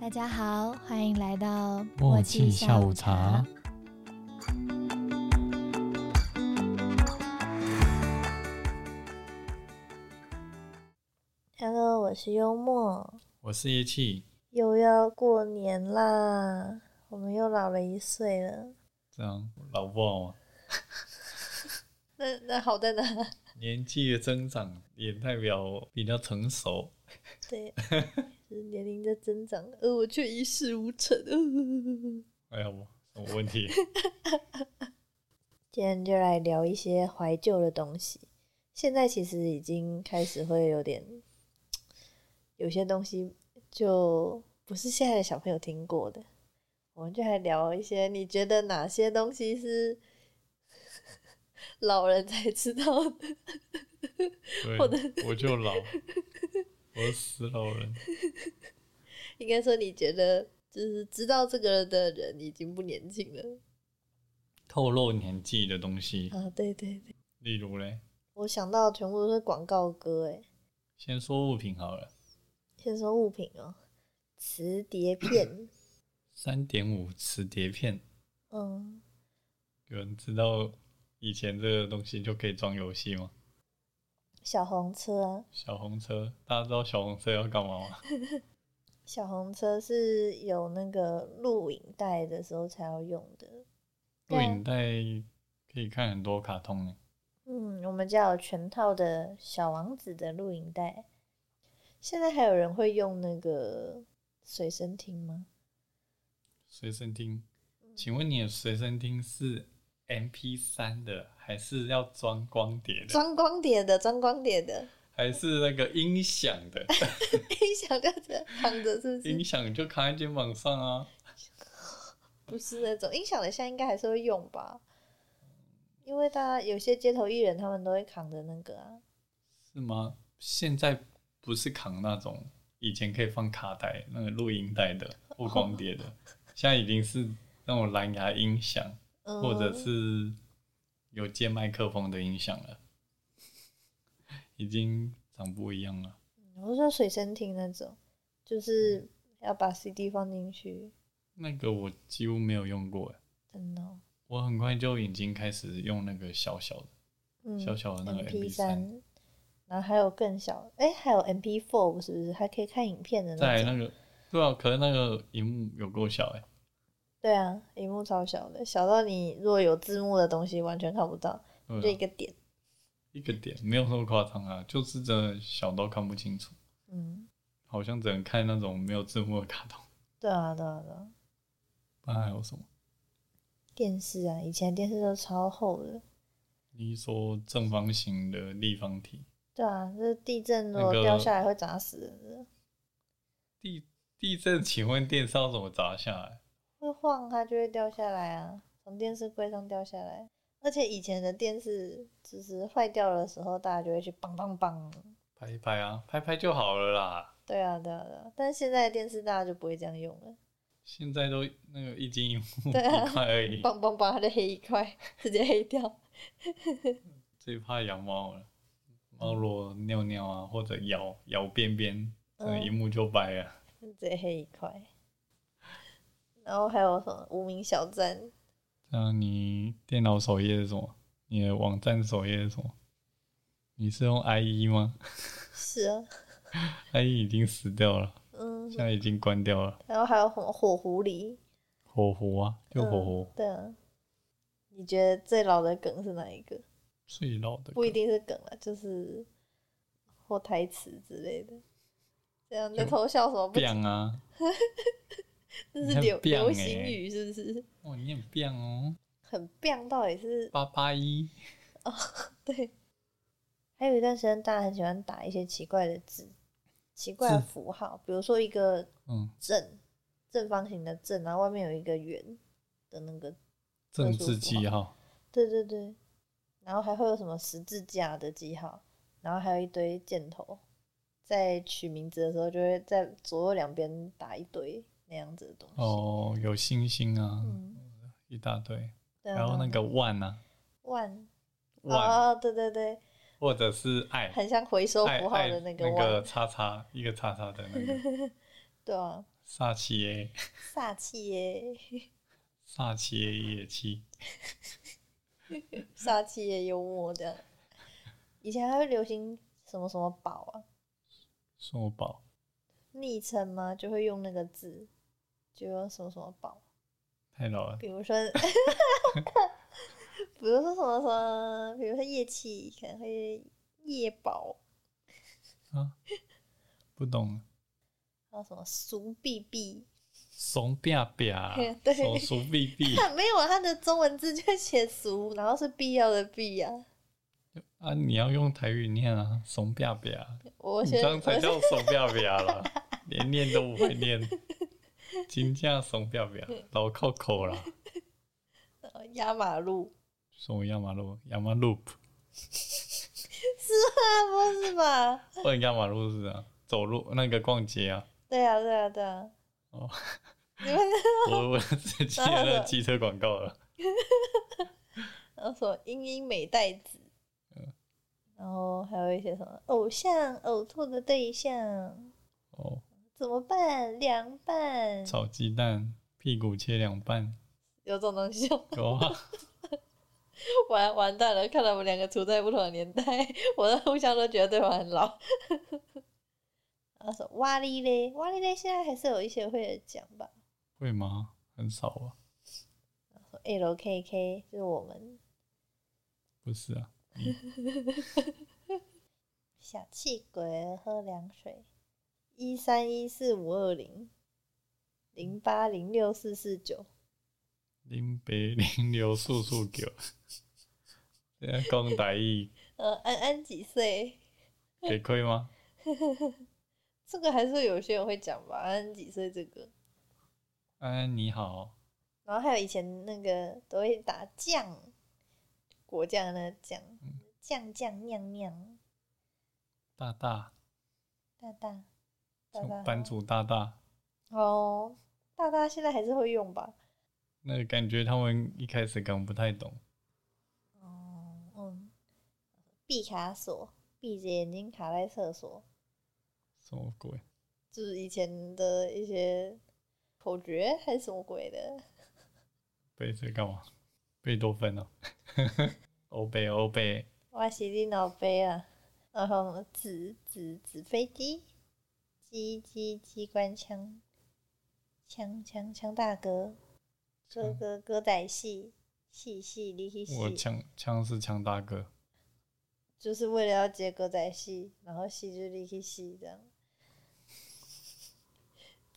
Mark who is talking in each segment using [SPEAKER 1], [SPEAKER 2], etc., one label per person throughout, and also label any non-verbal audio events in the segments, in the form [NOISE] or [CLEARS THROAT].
[SPEAKER 1] 大家好，欢迎来到
[SPEAKER 2] 默契下午茶。
[SPEAKER 3] Hello，我是幽默，
[SPEAKER 2] 我是一汽，
[SPEAKER 3] 又要过年啦，我们又老了一岁了。
[SPEAKER 2] 这样老不好吗？
[SPEAKER 3] 那那好在哪？
[SPEAKER 2] 年纪的增长也代表比较成熟。
[SPEAKER 3] [LAUGHS] [LAUGHS] 对，就是年龄在增长，而我却一事无成。呃
[SPEAKER 2] 哎呀，我什么问 [LAUGHS] 题？
[SPEAKER 3] 今天就来聊一些怀旧的东西。现在其实已经开始会有点，有些东西就不是现在的小朋友听过的。我们就来聊一些，你觉得哪些东西是 [LAUGHS] 老人才知道的？ [LAUGHS]
[SPEAKER 2] 对
[SPEAKER 3] 我的，
[SPEAKER 2] 我就老，我是死老人。
[SPEAKER 3] 应该说，你觉得就是知道这个的人已经不年轻了
[SPEAKER 2] 透露年纪的东西，
[SPEAKER 3] 啊！对对对，
[SPEAKER 2] 例如嘞，
[SPEAKER 3] 我想到全部都是广告歌哎。
[SPEAKER 2] 先说物品好了，
[SPEAKER 3] 先说物品哦，磁碟 [CLEARS THROAT] 片，
[SPEAKER 2] 三点五磁碟片，
[SPEAKER 3] 嗯，
[SPEAKER 2] 有人知道以前这个东西就可以装游戏吗？
[SPEAKER 3] 小红车啊，
[SPEAKER 2] 小红车，大家知道小红车要干嘛吗？
[SPEAKER 3] 小红车是有那个录影带的时候才要用的。
[SPEAKER 2] 录影带可以看很多卡通呢。
[SPEAKER 3] 嗯，我们家有全套的《小王子》的录影带，现在还有人会用那个随身听吗？
[SPEAKER 2] 随身听，请问你的随身听是 M P 三的，还是要装光碟的，
[SPEAKER 3] 装光碟的，装光碟的， [LAUGHS]
[SPEAKER 2] 还是那个音响的？
[SPEAKER 3] 音响这样子躺着是不
[SPEAKER 2] 音
[SPEAKER 3] 是？
[SPEAKER 2] 响就扛在肩膀上啊。
[SPEAKER 3] 不是那种音响的，现在应该还是会用吧，因为大家有些街头艺人他们都会扛着那个啊。
[SPEAKER 2] 是吗？现在不是扛那种以前可以放卡带、那个录音带的或光碟的，现在已经是那种蓝牙音响，
[SPEAKER 3] 嗯
[SPEAKER 2] 或者是有接麦克风的音响了，已经长不一样了。
[SPEAKER 3] 我说随身听那种，
[SPEAKER 2] 嗯
[SPEAKER 3] 就是要把 CD 放进去，
[SPEAKER 2] 那个我几乎没有用过欸，
[SPEAKER 3] 真的哦、
[SPEAKER 2] 我很快就已经开始用那个小小的、
[SPEAKER 3] 嗯
[SPEAKER 2] 小小的那个
[SPEAKER 3] MP
[SPEAKER 2] MP 三，
[SPEAKER 3] 三，然后还有更小，哎、还有 MP four 是不是？还可以看影片的
[SPEAKER 2] 再
[SPEAKER 3] 那
[SPEAKER 2] 来
[SPEAKER 3] 种。
[SPEAKER 2] 那个对啊，可是那个荧幕有够小哎、
[SPEAKER 3] 对啊，荧幕超小的，小到你如果有字幕的东西完全看不到，
[SPEAKER 2] 对啊
[SPEAKER 3] 就一个点。
[SPEAKER 2] 一个点，没有那么夸张啊，就是真的小到看不清楚。
[SPEAKER 3] 嗯，
[SPEAKER 2] 好像只能看那种没有字幕的卡通。
[SPEAKER 3] 对啊，对啊，对啊。
[SPEAKER 2] 不然还有什么？
[SPEAKER 3] 电视啊，以前电视都超厚的。
[SPEAKER 2] 你一说正方形的立方体，
[SPEAKER 3] 对啊，就是地震如
[SPEAKER 2] 那
[SPEAKER 3] 果
[SPEAKER 2] 个
[SPEAKER 3] 掉下来会砸死人的，
[SPEAKER 2] 地地震，请问电视要怎么砸下来？
[SPEAKER 3] 会晃它就会掉下来啊，从电视柜上掉下来。而且以前的电视就是坏掉的时候，大家就会去梆梆梆。
[SPEAKER 2] 拍一拍啊，拍拍就好了啦。
[SPEAKER 3] 对啊，对啊，对啊。但是现在的电视大家就不会这样用了，
[SPEAKER 2] 现在都那个一斤一木
[SPEAKER 3] 对啊
[SPEAKER 2] 一块而已，
[SPEAKER 3] 梆梆梆，它就黑一块， [LAUGHS] 直接黑掉。
[SPEAKER 2] 最怕养猫了。猫如果尿尿啊，或者咬咬便便，那个
[SPEAKER 3] 嗯
[SPEAKER 2] 荧幕就啊掰了。
[SPEAKER 3] 直接黑一块。然后还有什么无名小站？
[SPEAKER 2] 那你电脑首页是什么？你的网站首页是什么？你是用 IE 吗 [LAUGHS]
[SPEAKER 3] 是啊，
[SPEAKER 2] ？IE 已经死掉了，
[SPEAKER 3] 嗯。
[SPEAKER 2] 现在已经关掉了。
[SPEAKER 3] 然后还有什么火狐狸？
[SPEAKER 2] 火狐啊，就火
[SPEAKER 3] 嗯
[SPEAKER 2] 狐、
[SPEAKER 3] 对啊。你觉得最老的梗是哪一个？
[SPEAKER 2] 最老的，
[SPEAKER 3] 不一，定是梗了，就是或台词之类的。这样你在
[SPEAKER 2] 就
[SPEAKER 3] 偷笑什么不？
[SPEAKER 2] 变啊！
[SPEAKER 3] 这
[SPEAKER 2] 你
[SPEAKER 3] 是
[SPEAKER 2] 很
[SPEAKER 3] 流
[SPEAKER 2] 变
[SPEAKER 3] 流
[SPEAKER 2] 欸
[SPEAKER 3] 行语是不是？
[SPEAKER 2] 哦，你很变哦，
[SPEAKER 3] 很棒，到底是
[SPEAKER 2] 八八一，
[SPEAKER 3] 对。还有一段时间，大家很喜欢打一些奇怪的字、奇怪的
[SPEAKER 2] 字
[SPEAKER 3] 符号，比如说一个
[SPEAKER 2] 嗯，
[SPEAKER 3] 正正方形的正，然后外面有一个圆的那个，
[SPEAKER 2] 政治记号，
[SPEAKER 3] 对对对，然后还会有什么十字架的记号，然后还有一堆箭头，在取名字的时候就会在左右两边打一堆那样子的东西。
[SPEAKER 2] 哦，有星星啊，
[SPEAKER 3] 嗯，
[SPEAKER 2] 一大堆，
[SPEAKER 3] 对啊
[SPEAKER 2] 然后
[SPEAKER 3] 对啊
[SPEAKER 2] 那个万啊，
[SPEAKER 3] 万
[SPEAKER 2] 万，
[SPEAKER 3] 哦，对对对，
[SPEAKER 2] 或者是爱，
[SPEAKER 3] 很像回收
[SPEAKER 2] 爱
[SPEAKER 3] 符号
[SPEAKER 2] 爱
[SPEAKER 3] 的那
[SPEAKER 2] 那
[SPEAKER 3] 个万， [LAUGHS]
[SPEAKER 2] 叉叉，一个叉叉的那个，
[SPEAKER 3] 对啊，
[SPEAKER 2] 煞气耶，
[SPEAKER 3] 煞气耶，
[SPEAKER 2] 煞气耶夜气，
[SPEAKER 3] 煞气耶，幽默的。以前还会流行什么什么宝啊，
[SPEAKER 2] 说宝
[SPEAKER 3] 昵称吗？就会用那个字，就用什么什么宝。
[SPEAKER 2] 太老了，
[SPEAKER 3] 比如说，比如说什么什么，比如说夜气，可能会夜宝，
[SPEAKER 2] 不懂了，
[SPEAKER 3] 还有什么俗币币，，
[SPEAKER 2] 怂吧吧
[SPEAKER 3] [LAUGHS] 对
[SPEAKER 2] 手熟必
[SPEAKER 3] [LAUGHS]
[SPEAKER 2] 必
[SPEAKER 3] 它没有啊，它的中文字就写俗，然后是必要的必呀、
[SPEAKER 2] 啊！你要用台语念啊，怂吧吧，
[SPEAKER 3] 我
[SPEAKER 2] 你
[SPEAKER 3] 学
[SPEAKER 2] 这样
[SPEAKER 3] 我
[SPEAKER 2] 才叫怂吧吧
[SPEAKER 3] [LAUGHS]
[SPEAKER 2] 啦，连念都不会念，金价怂吧吧，老扣口啦，
[SPEAKER 3] 学压马路，
[SPEAKER 2] 什么亚马路亚马路，
[SPEAKER 3] 是吧？啊不是吧？
[SPEAKER 2] 问亚马路是啊，走路那个逛街啊，
[SPEAKER 3] 对啊，对啊，对啊。
[SPEAKER 2] 哦，
[SPEAKER 3] 你们
[SPEAKER 2] 我我只
[SPEAKER 3] [LAUGHS]
[SPEAKER 2] 记得
[SPEAKER 3] 啊
[SPEAKER 2] 那个汽车广告了，
[SPEAKER 3] 然后什么英英美代子，
[SPEAKER 2] 嗯
[SPEAKER 3] 然后还有一些什么偶像、呕吐的对象，
[SPEAKER 2] 哦，
[SPEAKER 3] 怎么办？凉拌，
[SPEAKER 2] 炒鸡蛋，屁股切两半，
[SPEAKER 3] 有这种东西吗
[SPEAKER 2] 有啊，
[SPEAKER 3] 完完蛋了！看来我们两个处在不同的年代，我都互相都觉得对方很 [LAUGHS] 老。然后啊说哇哩嘞，哇哩嘞，现在还是有一些会讲吧。
[SPEAKER 2] 会吗？很少啊，
[SPEAKER 3] 说 L K K 就是我们
[SPEAKER 2] 不是啊，
[SPEAKER 3] 小气鬼儿喝凉水，一三一四五二零零八零六四四九。
[SPEAKER 2] 林北林流速速狗，现在讲台语
[SPEAKER 3] 呃，安安几岁？
[SPEAKER 2] 给亏吗？
[SPEAKER 3] 这个还是有些人会讲吧。安安几岁这个，
[SPEAKER 2] 安安你好，
[SPEAKER 3] 然后还有以前那个都会打酱，果酱的那个酱，
[SPEAKER 2] 嗯
[SPEAKER 3] 酱酱酿酿，
[SPEAKER 2] 大大，
[SPEAKER 3] 大大大大
[SPEAKER 2] 班主大大，
[SPEAKER 3] 哦，大大现在还是会用吧？
[SPEAKER 2] 那个感觉他们一开始可能不太懂，
[SPEAKER 3] 哦，嗯，毕卡索，闭着眼睛卡在厕所，
[SPEAKER 2] 什么鬼？
[SPEAKER 3] 就是以前的一些口诀还是什么鬼的。
[SPEAKER 2] 背这干嘛？贝多芬啊， [LAUGHS] 欧贝欧贝，
[SPEAKER 3] 哇，洗地脑杯啊，然后什么纸纸纸飞机，机机机关枪，枪枪枪大哥，哥
[SPEAKER 2] 枪
[SPEAKER 3] 哥哥仔戏，戏戏力气
[SPEAKER 2] 我
[SPEAKER 3] 戏，
[SPEAKER 2] 枪枪是枪大哥，
[SPEAKER 3] 就是为了要接歌仔戏，然后戏就力气戏这样。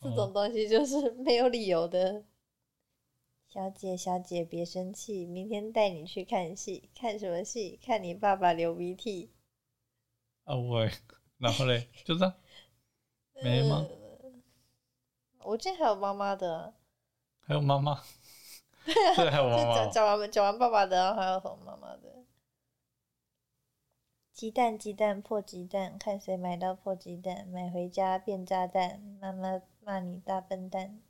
[SPEAKER 2] 哦
[SPEAKER 3] 这种东西就是没有理由的。小姐，小姐，别生气，明天带你去看戏。看什么戏？看你爸爸流鼻涕。
[SPEAKER 2] 啊喂，然后嘞，就这样，没吗
[SPEAKER 3] 呃我这还有妈妈的啊、
[SPEAKER 2] 还有妈妈，这还有妈妈，
[SPEAKER 3] 就讲讲完讲完爸爸的，然后还有哄妈妈的。鸡蛋鸡蛋破鸡蛋，看谁买到破鸡蛋，买回家变炸弹，妈妈骂你大笨蛋。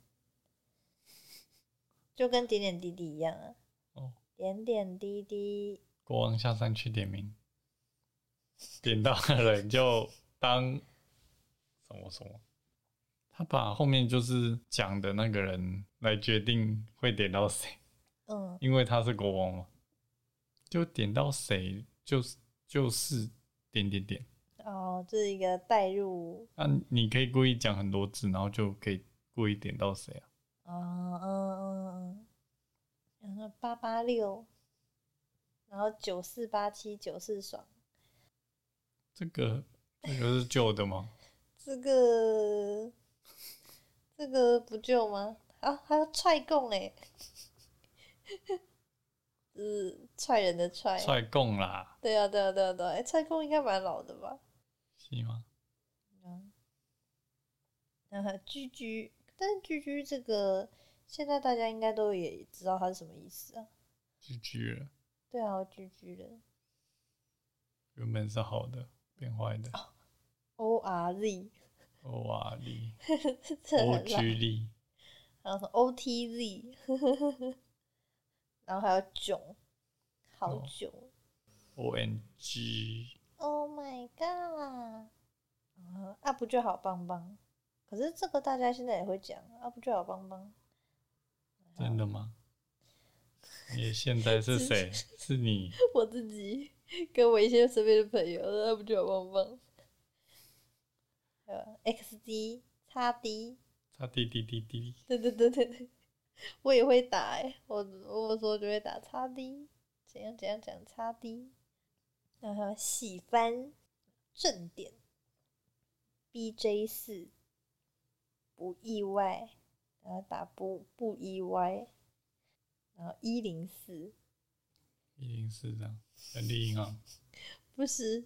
[SPEAKER 3] 就跟点点滴滴一样啊，
[SPEAKER 2] 哦，
[SPEAKER 3] 点点滴滴，
[SPEAKER 2] 国王下山去点名，点到的人就当什么什么，他把后面就是讲的那个人来决定会点到谁，
[SPEAKER 3] 嗯，
[SPEAKER 2] 因为他是国王嘛，就点到谁就是就是点点点。
[SPEAKER 3] 哦，这是一个代入，
[SPEAKER 2] 那、你可以故意讲很多字，然后就可以故意点到谁啊？
[SPEAKER 3] 哦，嗯嗯嗯，然后八八六，然后九四八七九四爽。
[SPEAKER 2] 这个这个是旧的吗？
[SPEAKER 3] 这个这个不救吗？啊，还要踹供哎、就是踹人的踹。
[SPEAKER 2] 踹供啦，
[SPEAKER 3] 对啊，对啊，对啊，对啊！哎、踹供应该蛮老的吧？
[SPEAKER 2] 是吗？
[SPEAKER 3] 嗯，然后居居，但是居居这个现在大家应该都也知道它是什么意思啊？
[SPEAKER 2] 就居了，
[SPEAKER 3] 对啊，我居居的
[SPEAKER 2] 原本是好的，变坏的。
[SPEAKER 3] O R Z，
[SPEAKER 2] 欧瓦 [LAUGHS] 力、
[SPEAKER 3] [LAUGHS] 这很
[SPEAKER 2] 欧
[SPEAKER 3] 烂。
[SPEAKER 2] 居力，
[SPEAKER 3] 然后什么 OTZ，然后还有囧，好
[SPEAKER 2] 哦
[SPEAKER 3] 囧。
[SPEAKER 2] O N G，
[SPEAKER 3] 嗯 Oh my god！啊，啊不就好棒棒？可是这个大家现在也会讲啊，不就好帮帮？
[SPEAKER 2] 真的吗？你现在是谁？ [LAUGHS] 是你
[SPEAKER 3] [LAUGHS] 我自己跟我一些身边的朋友，那不就好棒棒？还有 X D 叉 D，
[SPEAKER 2] 他滴滴滴滴，
[SPEAKER 3] 对 [LAUGHS] 对对对对，我也会打哎、我我有时候就会打叉 D，怎样怎样讲叉 D，然后还有喜欢正点，B J 四，不意外，然后打不不意外，然后一零四。
[SPEAKER 2] 一定是这样。人力银行
[SPEAKER 3] 不是，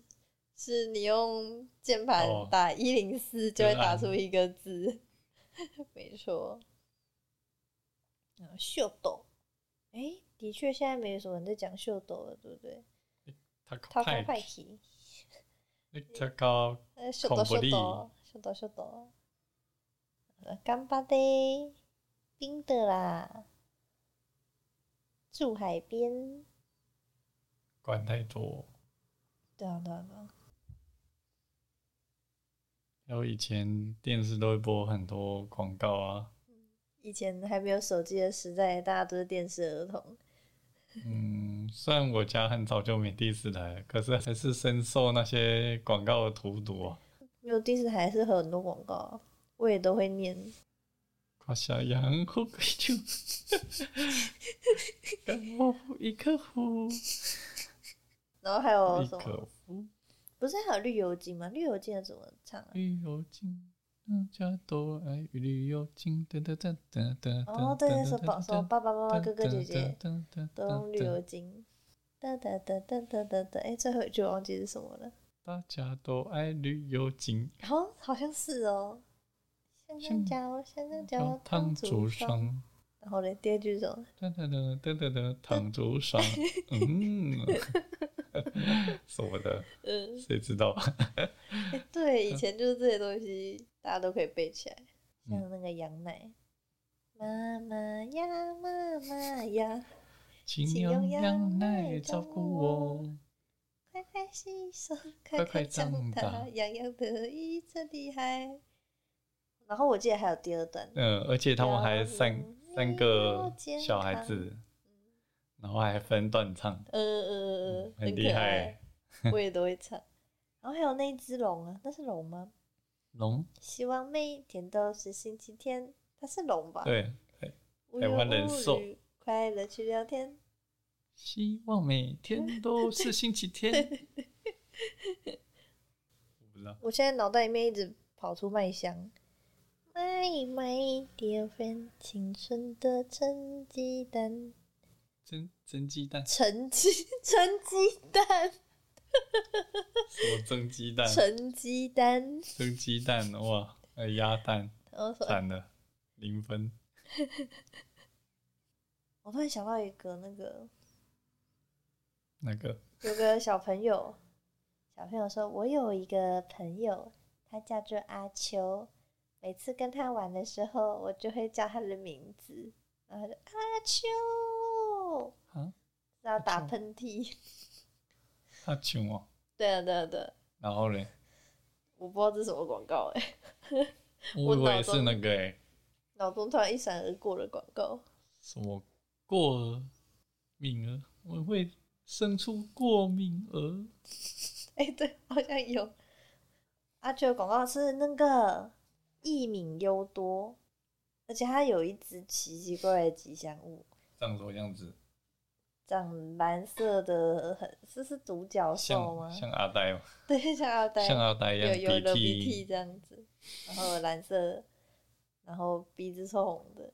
[SPEAKER 3] 是你用键盘
[SPEAKER 2] 哦
[SPEAKER 3] 打一零四就会
[SPEAKER 2] 就是
[SPEAKER 3] 打
[SPEAKER 2] 按
[SPEAKER 3] 出一个字， [LAUGHS] 没错。然后秀斗，哎、的确现在没什么人在讲秀斗了，对不对？
[SPEAKER 2] 他靠
[SPEAKER 3] 涛开
[SPEAKER 2] 派，
[SPEAKER 3] 派奇，
[SPEAKER 2] 他靠
[SPEAKER 3] 呃，秀斗秀
[SPEAKER 2] 恐怖力
[SPEAKER 3] 斗秀斗秀斗，呃干巴的，冰的啦，住海边，
[SPEAKER 2] 管太多。
[SPEAKER 3] 对啊对啊对啊，
[SPEAKER 2] 还有以前电视都会播很多广告啊，
[SPEAKER 3] 以前还没有手机的时代，大家都是电视儿童。
[SPEAKER 2] 嗯，虽然我家很早就没第四台了，可是还是深受那些广告的荼毒啊。
[SPEAKER 3] 没有第四台是很多广告啊，我也都会念。
[SPEAKER 2] 夸小羊会归
[SPEAKER 3] [LAUGHS]
[SPEAKER 2] 就，干我一颗湖，
[SPEAKER 3] 然后还有
[SPEAKER 2] 一
[SPEAKER 3] 哦什
[SPEAKER 2] 颗
[SPEAKER 3] 么？不是还有绿油精吗？绿油精的怎么唱啊？
[SPEAKER 2] 绿油精，哎大家都爱绿油精，哒哒哒哒哒。
[SPEAKER 3] 哦，对，那首宝什么爸爸
[SPEAKER 2] 哦
[SPEAKER 3] 妈妈、哥哥姐姐都用绿油
[SPEAKER 2] 姐，
[SPEAKER 3] 精。哒哒哒哒哒哒哒，哎，最后一句我忘记是什么了。
[SPEAKER 2] 大家都爱绿油精，
[SPEAKER 3] 然后好像是哦，香香蕉，香香
[SPEAKER 2] 要
[SPEAKER 3] 蕉，
[SPEAKER 2] 烫
[SPEAKER 3] 竹
[SPEAKER 2] 哦竹
[SPEAKER 3] 霜。
[SPEAKER 2] 霜，
[SPEAKER 3] 然后嘞，第二句是什么？
[SPEAKER 2] 哒哒哒哒哒哒，烫竹霜，
[SPEAKER 3] [LAUGHS]
[SPEAKER 2] 嗯，是我的，
[SPEAKER 3] 嗯，
[SPEAKER 2] 谁知道？
[SPEAKER 3] 哎对，以前就是这些东西，大家都可以背起来，像那个羊奶。妈妈呀，妈妈呀，
[SPEAKER 2] 请
[SPEAKER 3] 请
[SPEAKER 2] 用
[SPEAKER 3] 用羊
[SPEAKER 2] 羊
[SPEAKER 3] 奶
[SPEAKER 2] 奶
[SPEAKER 3] 照
[SPEAKER 2] 照
[SPEAKER 3] 顾
[SPEAKER 2] 顾
[SPEAKER 3] 我
[SPEAKER 2] 我。
[SPEAKER 3] 快快洗手，
[SPEAKER 2] 快
[SPEAKER 3] 快
[SPEAKER 2] 长大
[SPEAKER 3] 大，洋洋得意真厉害。然后我记得还有第二段，
[SPEAKER 2] 嗯，而且他们还
[SPEAKER 3] 要
[SPEAKER 2] 三
[SPEAKER 3] 让你
[SPEAKER 2] 三个
[SPEAKER 3] 要健
[SPEAKER 2] 小孩子，然后还分段唱，
[SPEAKER 3] 呃呃呃，
[SPEAKER 2] 嗯很
[SPEAKER 3] 可
[SPEAKER 2] 厉
[SPEAKER 3] 爱
[SPEAKER 2] 害。。
[SPEAKER 3] 我也都会唱。 [LAUGHS] 然后还有那一只龙啊，那是龙吗？
[SPEAKER 2] 龙，
[SPEAKER 3] 希望每一天都是星期天，它是龙吧？，
[SPEAKER 2] 对，
[SPEAKER 3] 无
[SPEAKER 2] 台
[SPEAKER 3] 忧
[SPEAKER 2] 湾人
[SPEAKER 3] 无
[SPEAKER 2] 寿
[SPEAKER 3] 虑，快乐去聊天。
[SPEAKER 2] 希望每天都是星期天。我不知道，
[SPEAKER 3] 我现在脑袋里面一直跑出麦香。卖卖点份青春的成绩单。
[SPEAKER 2] 蒸蒸鸡蛋，
[SPEAKER 3] 陈鸡陈鸡蛋，
[SPEAKER 2] 什么蒸鸡
[SPEAKER 3] [LAUGHS]
[SPEAKER 2] 蛋，
[SPEAKER 3] 陈鸡蛋，
[SPEAKER 2] 蒸鸡蛋，哇，还有鸭蛋，
[SPEAKER 3] 然后说，
[SPEAKER 2] 惨了，零分。
[SPEAKER 3] 我突然想到一个那个，
[SPEAKER 2] 那个
[SPEAKER 3] 有个小朋友， [LAUGHS] 小朋友说，我有一个朋友，他叫做阿秋，每次跟他玩的时候，我就会叫他的名字，然后他就阿秋，
[SPEAKER 2] 啊，
[SPEAKER 3] 然后打
[SPEAKER 2] 阿秋
[SPEAKER 3] 喷嚏， [LAUGHS]
[SPEAKER 2] 他穷哦，
[SPEAKER 3] 对啊对啊对啊，
[SPEAKER 2] 然后嘞，
[SPEAKER 3] 我不知道这是什么广告哎、我
[SPEAKER 2] 我以
[SPEAKER 3] 脑
[SPEAKER 2] 为是
[SPEAKER 3] 中
[SPEAKER 2] 那个诶、
[SPEAKER 3] 脑中突然一闪而过的广告，
[SPEAKER 2] 什么过儿敏儿，我会生出过敏儿。
[SPEAKER 3] [LAUGHS] 哎、对，好像有。阿秋的广告是那个益敏优多，而且它有一只奇奇怪怪的吉祥物，
[SPEAKER 2] 长什么样子？
[SPEAKER 3] 长蓝色的，很这是独角兽吗 [LAUGHS]
[SPEAKER 2] 像？像阿呆吗？哦
[SPEAKER 3] 对，像阿呆，
[SPEAKER 2] 像阿呆一
[SPEAKER 3] 有有
[SPEAKER 2] 样
[SPEAKER 3] 流鼻涕
[SPEAKER 2] 涕，
[SPEAKER 3] 这样子，然后蓝色，然后鼻子臭红的，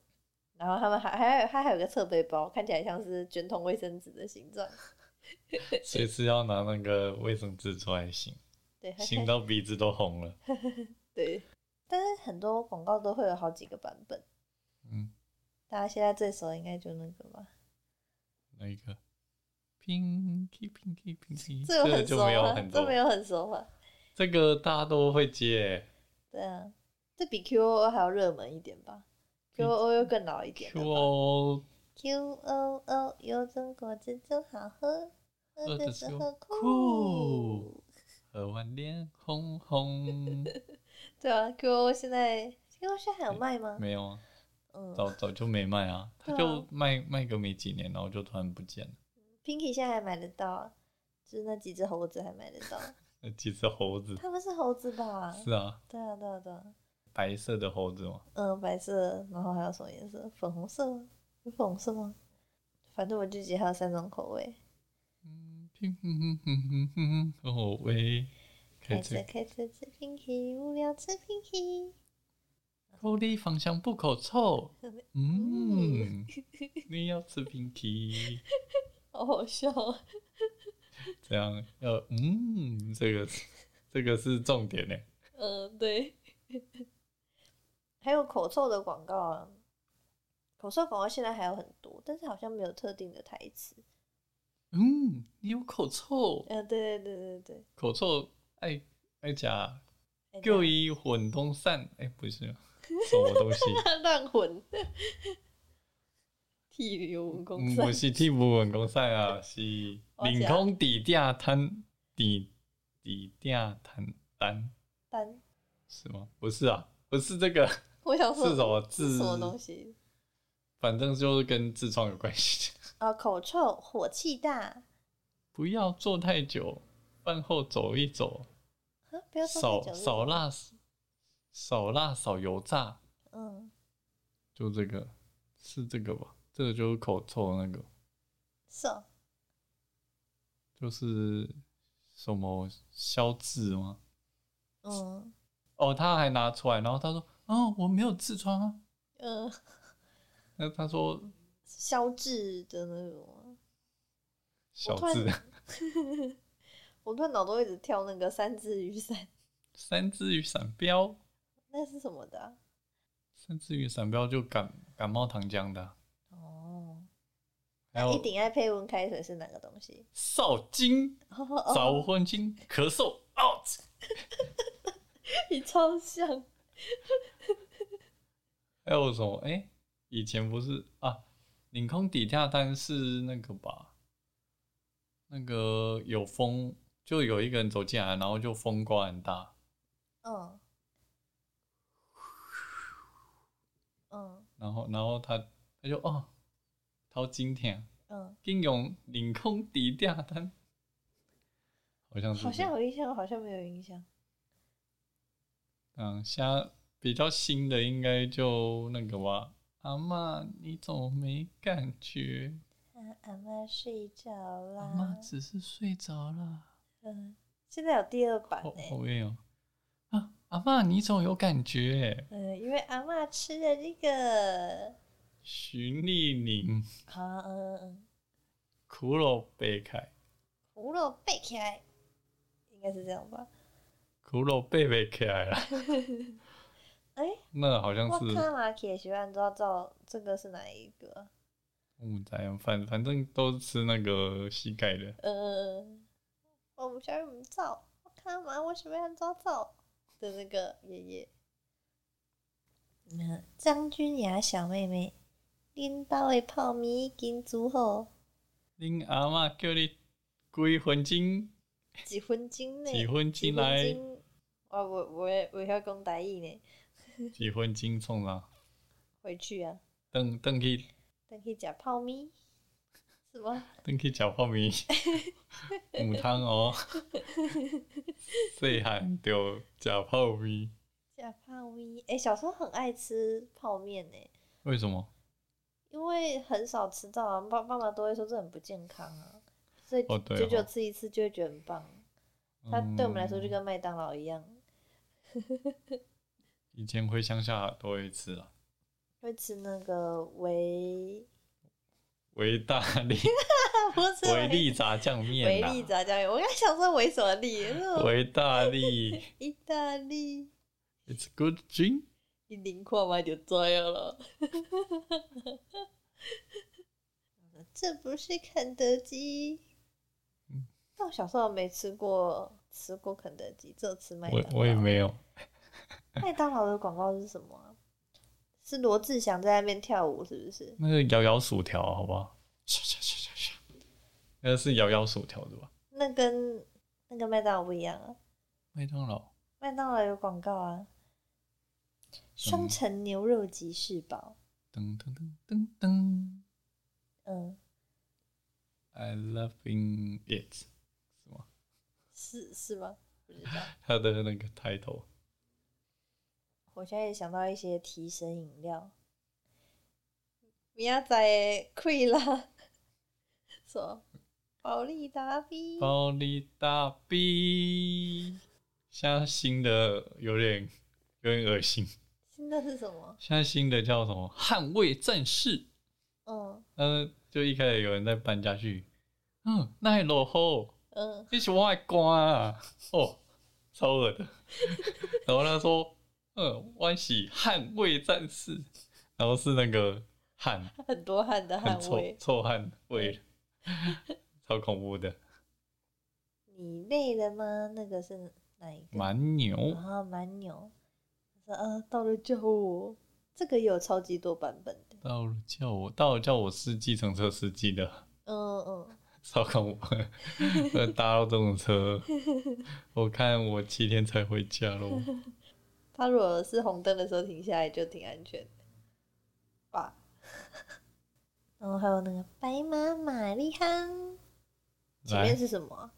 [SPEAKER 3] 然后他们还还有它还有个侧背包，看起来像是卷筒卫生纸的形状，
[SPEAKER 2] 随时要拿那个卫生纸出来
[SPEAKER 3] [LAUGHS]
[SPEAKER 2] 擤，
[SPEAKER 3] 对，它
[SPEAKER 2] 擤
[SPEAKER 3] 看
[SPEAKER 2] 到鼻子都红了。
[SPEAKER 3] 对，但是很多广告都会有好几个版本。
[SPEAKER 2] 嗯，
[SPEAKER 3] 大家现在最熟应该就那个吧，
[SPEAKER 2] 那一个 pinky pinky pinky，
[SPEAKER 3] 这个
[SPEAKER 2] 个
[SPEAKER 3] 很熟
[SPEAKER 2] 就没有
[SPEAKER 3] 啊，
[SPEAKER 2] 很
[SPEAKER 3] 这
[SPEAKER 2] 多
[SPEAKER 3] 没，有很熟啊，
[SPEAKER 2] 这个大家都会接
[SPEAKER 3] 对啊，这比 QOO 还要热门一点吧
[SPEAKER 2] 比
[SPEAKER 3] ，QOO 又更老一点了吧
[SPEAKER 2] QO
[SPEAKER 3] ，QOO 有种果汁真好喝，喝
[SPEAKER 2] 喝
[SPEAKER 3] 的
[SPEAKER 2] 的
[SPEAKER 3] 时
[SPEAKER 2] 时
[SPEAKER 3] 候
[SPEAKER 2] 候
[SPEAKER 3] 酷 [LAUGHS]
[SPEAKER 2] 酷，和碗脸红红，
[SPEAKER 3] 对啊，Q O 现在 Q O 现在还有卖吗？
[SPEAKER 2] 没有啊，
[SPEAKER 3] 嗯
[SPEAKER 2] 早早就没卖啊，他
[SPEAKER 3] 对啊
[SPEAKER 2] 就卖卖个没几年，然后就突然不见了。
[SPEAKER 3] ，Pinky 现在还买得到啊，就是那几只猴子还买得
[SPEAKER 2] [LAUGHS]
[SPEAKER 3] 到，
[SPEAKER 2] 那几只猴
[SPEAKER 3] [LAUGHS]
[SPEAKER 2] 子，
[SPEAKER 3] 他们是猴子吧？
[SPEAKER 2] 是啊，
[SPEAKER 3] 对啊，对啊，对啊，
[SPEAKER 2] 白色的猴子嘛，
[SPEAKER 3] 嗯，白色，然后还有什么颜色？粉红色吗？有粉红色吗？反正我就记得还有三种口味，
[SPEAKER 2] 嗯，哼哼哼哼哼哼，哦喂，开
[SPEAKER 3] 开
[SPEAKER 2] 这
[SPEAKER 3] 车开车吃 Pinky，无聊吃 Pinky，
[SPEAKER 2] 口里芳香不口臭，嗯
[SPEAKER 3] 嗯，
[SPEAKER 2] 你要吃冰淇，
[SPEAKER 3] 好好笑啊！
[SPEAKER 2] 这样要嗯，这个这个是重点呢。
[SPEAKER 3] 嗯，对，还有口臭的广告啊，口臭广告现在还有很多，但是好像没有特定的台词。
[SPEAKER 2] 嗯，你有口臭，
[SPEAKER 3] 嗯，对对对对哎
[SPEAKER 2] 口臭爱爱加
[SPEAKER 3] 对，
[SPEAKER 2] 各
[SPEAKER 3] [LAUGHS]
[SPEAKER 2] 一混东散，哎、不是什么东西，
[SPEAKER 3] 乱混， [LAUGHS] 剃流文公
[SPEAKER 2] 嗯，
[SPEAKER 3] 仔
[SPEAKER 2] 我，是替补混公散啊，是领空底下摊底底下摊单
[SPEAKER 3] 但
[SPEAKER 2] 是吗？不是啊，不是这个， [LAUGHS]
[SPEAKER 3] 我想说
[SPEAKER 2] 是什么
[SPEAKER 3] 是
[SPEAKER 2] 字？
[SPEAKER 3] 什么东西？
[SPEAKER 2] 反正就是跟痔疮有关系。 [LAUGHS]
[SPEAKER 3] 啊，口臭，火气大，啊，
[SPEAKER 2] 不要坐太久，饭后走一走，
[SPEAKER 3] 不要说
[SPEAKER 2] 少
[SPEAKER 3] 太久。
[SPEAKER 2] 少辣少辣少油炸，
[SPEAKER 3] 嗯，
[SPEAKER 2] 就这个是这个吧？这个就是口臭那个，
[SPEAKER 3] 是哦，
[SPEAKER 2] 就是什么消脂吗？
[SPEAKER 3] 嗯
[SPEAKER 2] 哦，他还拿出来，然后他说：“哦，我没有痔疮啊。
[SPEAKER 3] 嗯，”
[SPEAKER 2] 那他说
[SPEAKER 3] 消滞的那种啊。
[SPEAKER 2] 小
[SPEAKER 3] 我突
[SPEAKER 2] 痔
[SPEAKER 3] 然我突然脑中一直跳那个三只雨伞，
[SPEAKER 2] [LAUGHS] 三只雨伞标，
[SPEAKER 3] 那是什么的啊、
[SPEAKER 2] 三只雨伞标就感感冒糖浆的啊，
[SPEAKER 3] 哦，
[SPEAKER 2] 还
[SPEAKER 3] 那一
[SPEAKER 2] 有
[SPEAKER 3] 顶爱配温开水是哪个东西？
[SPEAKER 2] 少精、
[SPEAKER 3] 哦哦
[SPEAKER 2] 早婚精、咳嗽 out。
[SPEAKER 3] 你超像，
[SPEAKER 2] 还有什么？哎、以前不是啊，领空底下单是那个吧？那个有风，就有一个人走进来，然后就风刮很大，
[SPEAKER 3] 嗯嗯
[SPEAKER 2] 然后然后他他就哦，掏今天
[SPEAKER 3] 嗯，
[SPEAKER 2] 应用领空底下单，好像是
[SPEAKER 3] 好
[SPEAKER 2] 这
[SPEAKER 3] 像
[SPEAKER 2] 样
[SPEAKER 3] 有印象，好像没有印象。
[SPEAKER 2] 嗯，像比较新的应该就那个吧。阿嬷，你怎么没感觉？
[SPEAKER 3] 啊，阿妈睡着
[SPEAKER 2] 阿
[SPEAKER 3] 啦
[SPEAKER 2] 嬷。只是睡着了。
[SPEAKER 3] 嗯，现在有第二版
[SPEAKER 2] 好
[SPEAKER 3] 呢、
[SPEAKER 2] 好累哦！啊，阿妈，你怎么有感觉？
[SPEAKER 3] 嗯，因为阿妈吃的这个，
[SPEAKER 2] 徐丽宁、
[SPEAKER 3] 啊嗯嗯，
[SPEAKER 2] 苦肉贝凯、
[SPEAKER 3] 葫芦背起来，应该是这样吧？
[SPEAKER 2] 苦肉贝贝凯了。 [LAUGHS]
[SPEAKER 3] 哎
[SPEAKER 2] 那好像
[SPEAKER 3] 我
[SPEAKER 2] 是
[SPEAKER 3] 看马铁学院抓照，这个是哪一个？
[SPEAKER 2] 嗯，在反反正都是吃那个膝盖的。
[SPEAKER 3] 呃，我们学院照，我看马为什么要抓照的那个爷爷？嗯，张君雅小妹妹，恁兜的泡面已经煮好，
[SPEAKER 2] 恁阿妈叫你几分钟？
[SPEAKER 3] 几分钟呢？
[SPEAKER 2] 几分
[SPEAKER 3] 几
[SPEAKER 2] 钟
[SPEAKER 3] 分
[SPEAKER 2] 来？
[SPEAKER 3] 钟？我我我我要讲台语呢，
[SPEAKER 2] 几分钟冲啥？
[SPEAKER 3] 回去啊，
[SPEAKER 2] 等等去
[SPEAKER 3] 等去食泡面， [LAUGHS] 是吗？
[SPEAKER 2] 等去吃泡面，母汤哦。细汉就食泡面，
[SPEAKER 3] 食泡面，哎、小时候很爱吃泡面呢、
[SPEAKER 2] 为什么？
[SPEAKER 3] 因为很少吃到啊，爸爸妈都会说这很不健康啊，所以
[SPEAKER 2] 哦对
[SPEAKER 3] 久久
[SPEAKER 2] 哦
[SPEAKER 3] 吃一次就会觉得很棒。它对我们来说
[SPEAKER 2] 嗯
[SPEAKER 3] 就跟麦当劳一样，
[SPEAKER 2] 以前回乡下都会吃啊，
[SPEAKER 3] 会吃那个
[SPEAKER 2] [LAUGHS]
[SPEAKER 3] 维，
[SPEAKER 2] 维大
[SPEAKER 3] [LAUGHS]
[SPEAKER 2] 利、
[SPEAKER 3] 不是
[SPEAKER 2] 维力炸酱
[SPEAKER 3] 维
[SPEAKER 2] 面啦，
[SPEAKER 3] 力炸酱面，我刚才想说维什么力，那种
[SPEAKER 2] 维大
[SPEAKER 3] [LAUGHS]
[SPEAKER 2] 利
[SPEAKER 3] 意大利，
[SPEAKER 2] ，It's good drink。
[SPEAKER 3] 你零看嘛就知道了。 [LAUGHS] 这不是肯德基
[SPEAKER 2] 嗯，
[SPEAKER 3] 但我小时候没吃过吃过肯德基，只有吃麦当
[SPEAKER 2] 我
[SPEAKER 3] 劳。
[SPEAKER 2] 我也没有，
[SPEAKER 3] 麦当劳的广告是什么啊、是罗志祥在那边跳舞，是不是？
[SPEAKER 2] 那个摇摇薯条，啊好不好？唰唰唰唰唰那个是摇摇薯条对吧？
[SPEAKER 3] 那跟那跟麦当劳不一样啊，
[SPEAKER 2] 麦当劳
[SPEAKER 3] 麦当劳有广告啊，双层牛肉吉士堡，
[SPEAKER 2] 噔噔噔噔噔
[SPEAKER 3] 嗯，
[SPEAKER 2] ，I love in it，是 [LAUGHS] 吗？
[SPEAKER 3] 是是吗？不知道。
[SPEAKER 2] 它的那个 title，
[SPEAKER 3] 我现在也想到一些提神饮料，明仔载的亏啦， [LAUGHS] 什么？保利达 B，
[SPEAKER 2] 暴力大 B，现在新的有点有点恶心，
[SPEAKER 3] 现在是什么？
[SPEAKER 2] 现在新的叫什么？捍卫战士。
[SPEAKER 3] 嗯
[SPEAKER 2] 嗯，就一开始有人在搬家具，嗯，奈落后，
[SPEAKER 3] 嗯，
[SPEAKER 2] 你是外观啊，哦，超恶的。然后他说，嗯，欢喜捍卫战士，然后是那个汗，
[SPEAKER 3] 很多汗的
[SPEAKER 2] 很
[SPEAKER 3] 汗
[SPEAKER 2] 臭
[SPEAKER 3] 味。
[SPEAKER 2] 臭汗味，超恐怖的。
[SPEAKER 3] 你累了吗？那个是哪一个？
[SPEAKER 2] 蛮牛
[SPEAKER 3] 然，后蛮牛，他说啊，到了救我。这个有超级多版本的，
[SPEAKER 2] 到了叫我，到了叫我是计程车司机的，
[SPEAKER 3] 嗯嗯，
[SPEAKER 2] 超恐 [LAUGHS] 怖的。呃搭到这种车，我看我七天才回家
[SPEAKER 3] [LAUGHS]
[SPEAKER 2] 喽。
[SPEAKER 3] 他如果是红灯的时候停下来就挺安全的，吧。然后还有那个白马玛丽哈，前
[SPEAKER 2] 来
[SPEAKER 3] 面。是什么啊？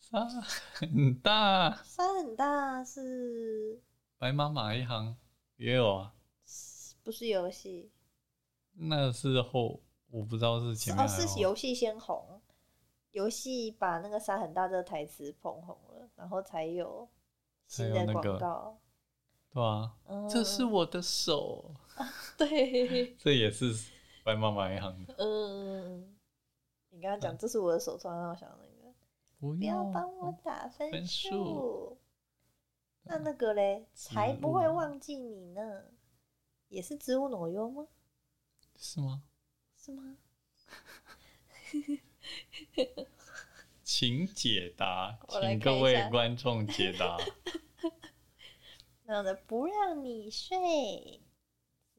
[SPEAKER 2] 沙很大，啊
[SPEAKER 3] 山很大啊是
[SPEAKER 2] 白马马一行也有啊，
[SPEAKER 3] 不是游戏？
[SPEAKER 2] 那是后我不知道是
[SPEAKER 3] 是
[SPEAKER 2] 前面
[SPEAKER 3] 哦，
[SPEAKER 2] 还
[SPEAKER 3] 是游戏先红，游戏把那个山很大这个台词捧红了，然后才有
[SPEAKER 2] 才
[SPEAKER 3] 新
[SPEAKER 2] 有
[SPEAKER 3] 的
[SPEAKER 2] 那
[SPEAKER 3] 广
[SPEAKER 2] 个
[SPEAKER 3] 告。
[SPEAKER 2] 对啊，
[SPEAKER 3] 嗯，
[SPEAKER 2] 这是我的手，
[SPEAKER 3] 对， [LAUGHS]
[SPEAKER 2] 这也是白马马一行的，
[SPEAKER 3] 嗯，你刚刚讲这是我的手，突然让我想到那个，
[SPEAKER 2] 不
[SPEAKER 3] 不要帮
[SPEAKER 2] 哦
[SPEAKER 3] 我打分
[SPEAKER 2] 分
[SPEAKER 3] 数
[SPEAKER 2] 数。嗯
[SPEAKER 3] 那那个嘞，才不会
[SPEAKER 2] 植物
[SPEAKER 3] 忘记你呢，也是植物挪用吗？
[SPEAKER 2] 是吗？
[SPEAKER 3] 是吗？
[SPEAKER 2] 请解答，
[SPEAKER 3] 我来
[SPEAKER 2] 请
[SPEAKER 3] 看一
[SPEAKER 2] 各位
[SPEAKER 3] 下
[SPEAKER 2] 观众解答，
[SPEAKER 3] 那样的不让你睡，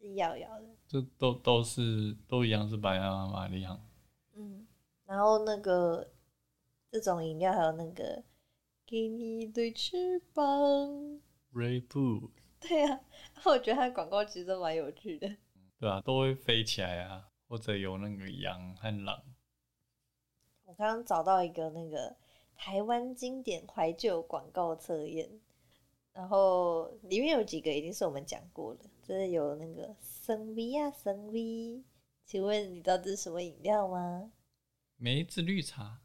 [SPEAKER 3] 是瑶瑶的。
[SPEAKER 2] 这都都是都一样是白马马一行，
[SPEAKER 3] 嗯，然后那个这种饮料还有那个给你一对翅膀， [LAUGHS]
[SPEAKER 2] 锐步
[SPEAKER 3] 对啊， [LAUGHS] 我觉得它的广告其实都蛮有趣的。
[SPEAKER 2] 对啊，都会飞起来啊，或者有那个羊和狼，
[SPEAKER 3] 我刚刚找到一个那个台湾经典怀旧广告测验，然后里面有几个已经是我们讲过了，就是有那个森威啊森威，请问你知道这是什么饮料吗？
[SPEAKER 2] 梅子绿茶，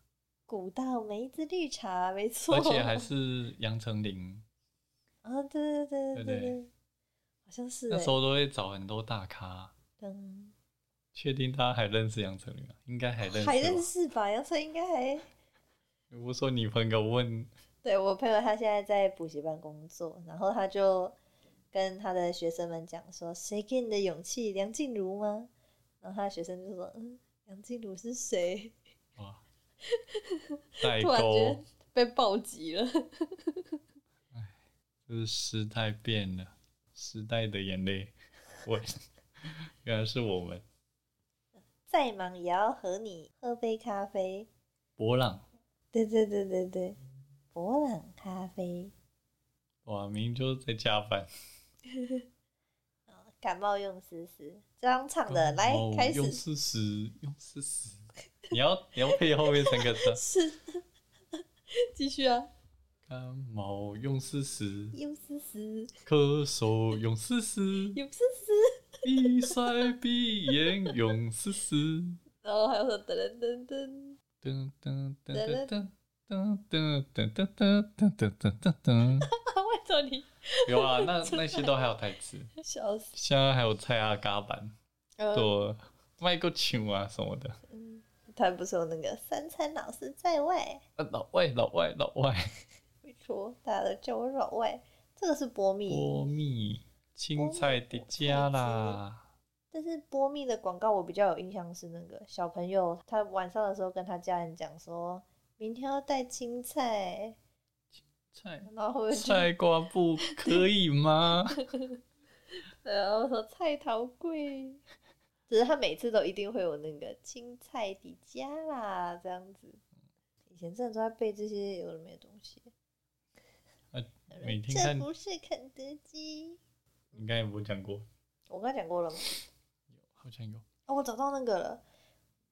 [SPEAKER 3] 古道梅子绿茶，没错，
[SPEAKER 2] 而且还是杨丞琳。
[SPEAKER 3] [LAUGHS] 啊，对对对
[SPEAKER 2] 对
[SPEAKER 3] 对
[SPEAKER 2] 不对
[SPEAKER 3] 对，好像是、欸、
[SPEAKER 2] 那时候都会找很多大咖，
[SPEAKER 3] 嗯
[SPEAKER 2] 确定大家还认识杨丞琳吗？应该还认识吧。
[SPEAKER 3] 还认识吧？杨丞应该还
[SPEAKER 2] 我说你朋友问，
[SPEAKER 3] 对我朋友，他现在在补习班工作，然后他就跟他的学生们讲说：“谁给你的勇气？梁静茹吗？”然后他的学生就说：“嗯，梁静茹是谁
[SPEAKER 2] 哇，代？”
[SPEAKER 3] 突然觉得
[SPEAKER 2] 沟，
[SPEAKER 3] [LAUGHS] 被暴击了。 [LAUGHS]
[SPEAKER 2] 就是时代变了，时代的眼泪，我原来是我们
[SPEAKER 3] 再忙也要和你喝杯咖啡。
[SPEAKER 2] 博朗，
[SPEAKER 3] 对对对对对，博朗咖啡，
[SPEAKER 2] 哇，明明就是在加班，
[SPEAKER 3] 哦感冒用思思，这样唱的来
[SPEAKER 2] 哦
[SPEAKER 3] 开
[SPEAKER 2] 用
[SPEAKER 3] 始，
[SPEAKER 2] 事实，用事实，你要你要配后面三个字啊
[SPEAKER 3] [LAUGHS] 是继续啊，
[SPEAKER 2] 感冒用事实，
[SPEAKER 3] 用思思，
[SPEAKER 2] 咳嗽用事 [LAUGHS] 实，
[SPEAKER 3] 用思思。
[SPEAKER 2] 鼻塞鼻炎用事 [LAUGHS] 实。
[SPEAKER 3] 然后还有说噔噔噔噔， [LAUGHS]
[SPEAKER 2] 噔噔噔噔噔噔噔噔噔噔噔噔噔噔噔，
[SPEAKER 3] 为什么你
[SPEAKER 2] 有啊，那那些都还有台词，
[SPEAKER 3] [LAUGHS] 笑死？
[SPEAKER 2] 现在还有蔡阿嘎版，
[SPEAKER 3] 呃，
[SPEAKER 2] 做卖个球啊什么的，
[SPEAKER 3] 嗯，他不是有那个三餐老师在外，
[SPEAKER 2] 啊老外老外老外，
[SPEAKER 3] 没错，大家都叫我老外。这个是波蜜，
[SPEAKER 2] 波蜜青菜的家啦，
[SPEAKER 3] 但是波蜜的广告我比较有印象是那个小朋友，他晚上的时候跟他家人讲说，明天要带青菜，
[SPEAKER 2] 菜
[SPEAKER 3] 然后我就
[SPEAKER 2] 菜瓜布可以 [LAUGHS] 吗？
[SPEAKER 3] 然后说菜桃贵，只是他每次都一定会有那个青菜底加啦这样子。以前真的都在背这些有的没的东西。
[SPEAKER 2] 啊每天
[SPEAKER 3] 这
[SPEAKER 2] 看
[SPEAKER 3] 不是肯德基，
[SPEAKER 2] 你刚才不是讲过，
[SPEAKER 3] 我刚才讲过了吗？
[SPEAKER 2] 好像有，
[SPEAKER 3] 哦，我找到那个了，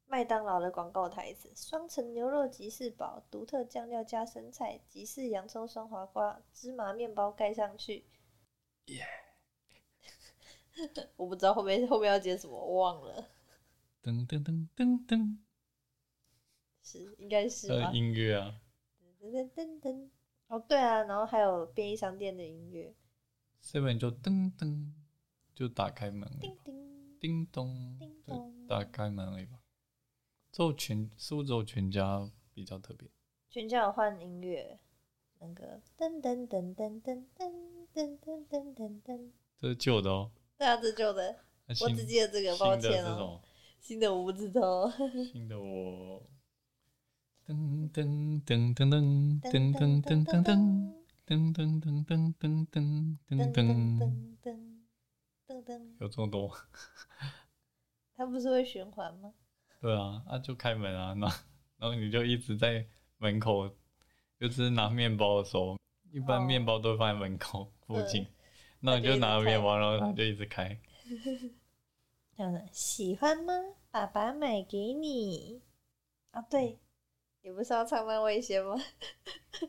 [SPEAKER 3] 麦当劳的广告台词：双层牛肉吉士堡，独特酱料加生菜，吉士洋葱双黄瓜，芝麻面包盖上去。
[SPEAKER 2] 耶
[SPEAKER 3] [LAUGHS] 我不知道后面后面要接什么，我忘了，
[SPEAKER 2] 噔噔噔噔噔，
[SPEAKER 3] 是应该是
[SPEAKER 2] 它
[SPEAKER 3] 吧
[SPEAKER 2] 的？音乐啊，
[SPEAKER 3] 噔噔噔噔。哦，对啊，然后还有便利商店的音乐，
[SPEAKER 2] seven 就噔噔就打开门了
[SPEAKER 3] 叮
[SPEAKER 2] 吧，
[SPEAKER 3] 叮
[SPEAKER 2] 叮咚，
[SPEAKER 3] 叮
[SPEAKER 2] 就
[SPEAKER 3] 咚。
[SPEAKER 2] 打开门而已吧。只有全，是不是只有全家比较特别？
[SPEAKER 3] 全家有换音乐，那个噔噔噔噔噔噔噔噔噔噔噔。
[SPEAKER 2] 这是旧的哦，
[SPEAKER 3] 对啊，这就的，
[SPEAKER 2] 那
[SPEAKER 3] 我
[SPEAKER 2] 新
[SPEAKER 3] 只记得这个，抱
[SPEAKER 2] 新的
[SPEAKER 3] 歉
[SPEAKER 2] 这
[SPEAKER 3] 哦。
[SPEAKER 2] 种，
[SPEAKER 3] 新的我不知道。
[SPEAKER 2] 新的我噔噔噔噔噔噔噔噔噔噔噔噔噔噔噔噔噔
[SPEAKER 3] 噔噔
[SPEAKER 2] 噔，
[SPEAKER 3] 噔噔噔噔，
[SPEAKER 2] 有这么多？
[SPEAKER 3] 它不是会循环吗？
[SPEAKER 2] 对啊，啊就开门啊，然 [LAUGHS] 后然后你就一直在门口，就是拿面包的时候，一般
[SPEAKER 3] 哦
[SPEAKER 2] 面包都会放在门口附近，那
[SPEAKER 3] 那
[SPEAKER 2] 你
[SPEAKER 3] 就一
[SPEAKER 2] 就
[SPEAKER 3] 直
[SPEAKER 2] 拿了面
[SPEAKER 3] 开
[SPEAKER 2] 包，然后它就一直开。
[SPEAKER 3] 这样的，喜欢吗？爸爸买给你。啊，对，你不是要唱漫威先吗？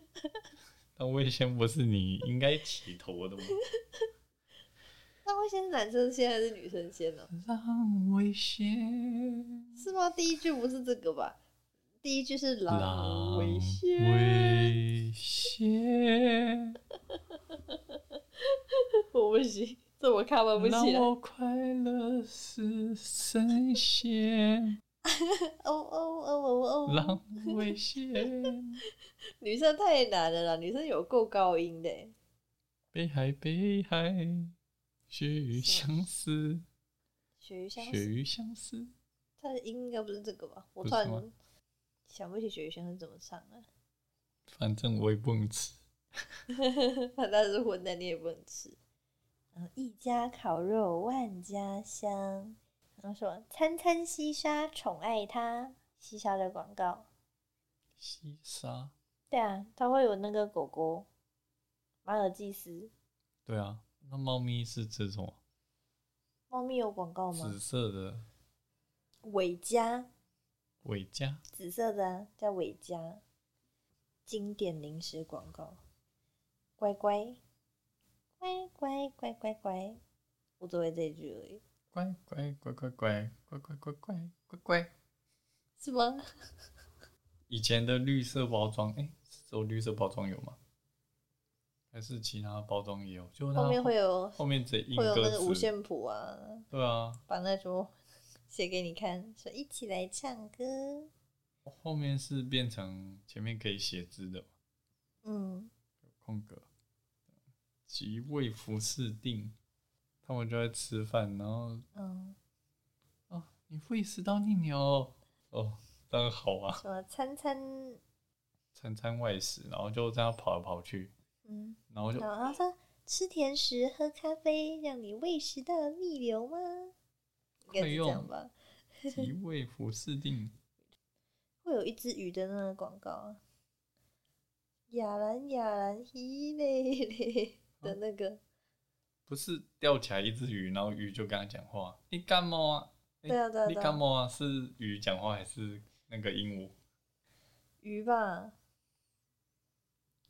[SPEAKER 3] [LAUGHS]
[SPEAKER 2] 但味先不是你应该起头的吗？
[SPEAKER 3] 漫威先是男生先还是女生先呢？
[SPEAKER 2] 让味先
[SPEAKER 3] 是吗？第一句不是这个吧？第一句是狼
[SPEAKER 2] 让
[SPEAKER 3] 危险，
[SPEAKER 2] 味先，
[SPEAKER 3] [LAUGHS] 我不行，这我看不
[SPEAKER 2] 让
[SPEAKER 3] 起来。哦
[SPEAKER 2] 我快乐是神仙，
[SPEAKER 3] 哦哦哦哦，
[SPEAKER 2] 让味先。
[SPEAKER 3] 女生太难了啦，女生有够高音的欸。
[SPEAKER 2] 北海，北海，血雨
[SPEAKER 3] 啊
[SPEAKER 2] 相思，
[SPEAKER 3] 雪鱼香
[SPEAKER 2] 血雨相思。
[SPEAKER 3] 它的音应该不是这个吧？我
[SPEAKER 2] 不
[SPEAKER 3] 突
[SPEAKER 2] 是
[SPEAKER 3] 然
[SPEAKER 2] 吗
[SPEAKER 3] 想不起雪鱼先生怎么唱了、
[SPEAKER 2] 反正我也不能吃。
[SPEAKER 3] [LAUGHS] 反正是混蛋，你也不能吃。然后一家烤肉万家香，然后说餐餐西沙宠爱他，西沙的广告。
[SPEAKER 2] 西沙，
[SPEAKER 3] 对啊，它会有那个狗狗，马尔济斯。
[SPEAKER 2] 对啊，那猫咪是这种啊
[SPEAKER 3] 猫咪有广告
[SPEAKER 2] 紫
[SPEAKER 3] 吗？
[SPEAKER 2] 色的
[SPEAKER 3] 尾家，
[SPEAKER 2] 尾夹，
[SPEAKER 3] 紫色的、啊、叫尾家，经典零食广告。乖乖，乖乖乖乖乖，我只会这一句而已，
[SPEAKER 2] 乖乖乖乖乖乖乖乖乖乖乖。
[SPEAKER 3] 是吗？
[SPEAKER 2] 以前的绿色包装，哎、只有绿色包装有吗？还是其他包装也有？就它
[SPEAKER 3] 后面会有
[SPEAKER 2] 后面直接印
[SPEAKER 3] 会有那
[SPEAKER 2] 歌
[SPEAKER 3] 个
[SPEAKER 2] 词
[SPEAKER 3] 五线谱啊，
[SPEAKER 2] 对啊，
[SPEAKER 3] 把那种 [LAUGHS] 写给你看，说一起来唱歌。
[SPEAKER 2] 后面是变成前面可以写字的。
[SPEAKER 3] 嗯，
[SPEAKER 2] 空格，即位服侍定，他们就在吃饭，然后
[SPEAKER 3] 嗯，
[SPEAKER 2] 哦，你胃食道逆流哦哦，当然好啊，
[SPEAKER 3] 什么餐餐，
[SPEAKER 2] 餐餐外食，然后就这样跑来跑去，
[SPEAKER 3] 嗯，
[SPEAKER 2] 然后就
[SPEAKER 3] 然后说吃甜食、喝咖啡，让你胃食道逆流吗？应该
[SPEAKER 2] 会
[SPEAKER 3] 是这
[SPEAKER 2] 用
[SPEAKER 3] 样吧。
[SPEAKER 2] 即位服侍定，
[SPEAKER 3] 会有一只鱼的那个广告啊，雅兰雅兰嘿嘞嘞
[SPEAKER 2] 嗯
[SPEAKER 3] 的那个，
[SPEAKER 2] 不是钓起来一只鱼，然后鱼就跟他讲话，你感冒啊？诶
[SPEAKER 3] 对啊对啊
[SPEAKER 2] 你
[SPEAKER 3] 对啊
[SPEAKER 2] 感冒啊？是鱼讲话还是那个鹦鹉？
[SPEAKER 3] 鱼吧，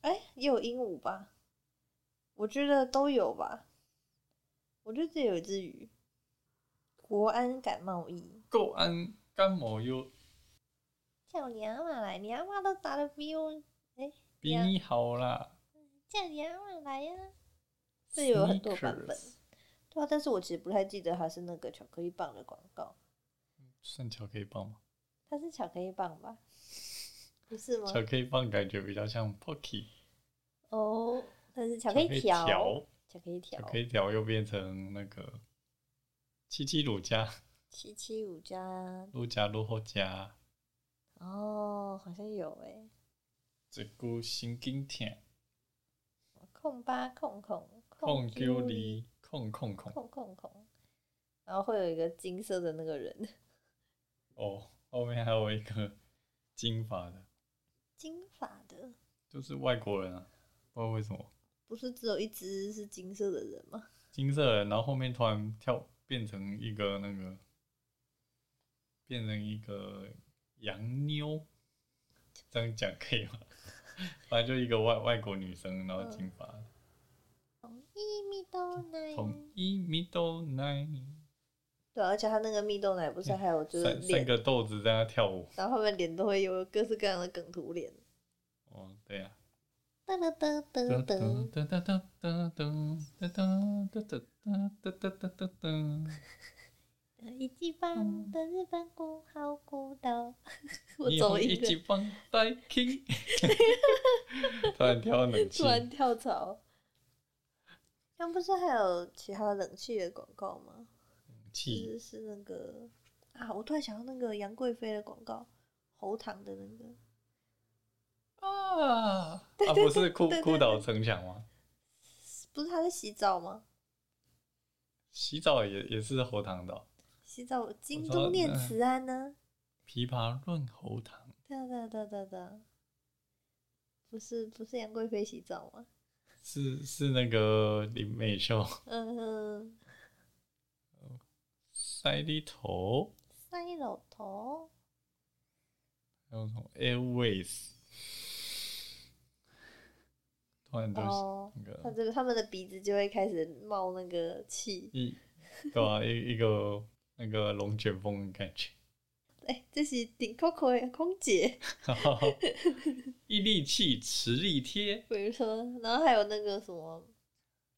[SPEAKER 3] 哎、也有鹦鹉吧，我觉得都有吧。我就记得有一只鱼，国安感冒疫，
[SPEAKER 2] 够安感冒又
[SPEAKER 3] 叫你阿妈来，你阿妈都打的比我，
[SPEAKER 2] 比你好啦。
[SPEAKER 3] 叫你阿妈来呀、这有很多版本
[SPEAKER 2] Snickers
[SPEAKER 3] 对啊，但是我其实不太记得它是那个巧克力棒的广告，
[SPEAKER 2] 算巧克力棒吗？
[SPEAKER 3] 它是巧克力棒吧？不是吗？
[SPEAKER 2] 巧克力棒感觉比较像 Pocky，
[SPEAKER 3] 哦，它是巧
[SPEAKER 2] 巧
[SPEAKER 3] 克
[SPEAKER 2] 克
[SPEAKER 3] 力
[SPEAKER 2] 力
[SPEAKER 3] 条，
[SPEAKER 2] 条，
[SPEAKER 3] 巧克力条
[SPEAKER 2] 巧，克力条又变成那个七七乳加 [LAUGHS]
[SPEAKER 3] 七七五加，
[SPEAKER 2] 乳加乳后加，
[SPEAKER 3] 哦，好像有诶。
[SPEAKER 2] 这股神经疼，
[SPEAKER 3] 控吧控控
[SPEAKER 2] 控
[SPEAKER 3] 九
[SPEAKER 2] 丢离控控控
[SPEAKER 3] 控控控，然后会有一个金色的那个人， [LAUGHS]
[SPEAKER 2] 哦，后面还有一个金发的，
[SPEAKER 3] 金发的，
[SPEAKER 2] 就是外国人啊，不知道为什么，
[SPEAKER 3] 不是只有一只是金色的人吗？
[SPEAKER 2] 金色人，然后后面突然跳变成一个那个，变成一个洋妞，这样讲可以吗？ [LAUGHS] 反正就一个外外国女生，然后金发，
[SPEAKER 3] 一米豆奶，
[SPEAKER 2] 统一米豆奶，
[SPEAKER 3] 对啊、而且他那个蜜豆奶不是还有就是
[SPEAKER 2] 嗯三三
[SPEAKER 3] 脸，
[SPEAKER 2] 个豆子在那跳舞。
[SPEAKER 3] 然后他们脸都会有各式各样的梗图脸。
[SPEAKER 2] 哦，对呀、
[SPEAKER 3] 噔噔噔
[SPEAKER 2] 噔噔噔噔噔噔
[SPEAKER 3] 噔噔，
[SPEAKER 2] 噔噔噔噔噔噔噔噔。 [LAUGHS]
[SPEAKER 3] 一级棒的日本鼓好鼓 [LAUGHS] 捣，我
[SPEAKER 2] 你
[SPEAKER 3] 走
[SPEAKER 2] 一
[SPEAKER 3] 音
[SPEAKER 2] 起
[SPEAKER 3] 了，
[SPEAKER 2] 放 [LAUGHS] Viking，突然跳冷气
[SPEAKER 3] 突，然跳槽。刚不是还有其他冷气的广告吗？
[SPEAKER 2] 气
[SPEAKER 3] 是是那个啊，我突然想到那个杨贵妃的广告，喉糖的那个，
[SPEAKER 2] 啊！啊，不是哭
[SPEAKER 3] 对对
[SPEAKER 2] 哭倒城墙吗？
[SPEAKER 3] 不是她在洗澡吗？
[SPEAKER 2] 洗澡也也是喉糖的哦、
[SPEAKER 3] 洗澡，京
[SPEAKER 2] 知道
[SPEAKER 3] 都念
[SPEAKER 2] 那
[SPEAKER 3] 慈庵呢？
[SPEAKER 2] 琵琶润喉糖，
[SPEAKER 3] 对啊对啊对啊对啊对啊，不是不是杨贵妃洗澡吗？
[SPEAKER 2] 是是那个林美秀
[SPEAKER 3] 嗯哼，
[SPEAKER 2] 塞里头，
[SPEAKER 3] 塞老头，
[SPEAKER 2] 还有什么 Airways，突然就
[SPEAKER 3] 哦
[SPEAKER 2] 那
[SPEAKER 3] 他
[SPEAKER 2] 个
[SPEAKER 3] 这个他们的鼻子就会开始冒那个气。
[SPEAKER 2] 一对啊，一一个那个龙卷风的感觉， [LAUGHS]
[SPEAKER 3] 哎、这是顶 Coco 的空姐， [LAUGHS]
[SPEAKER 2] 一力气磁力贴。
[SPEAKER 3] 比如说，然后还有那个什么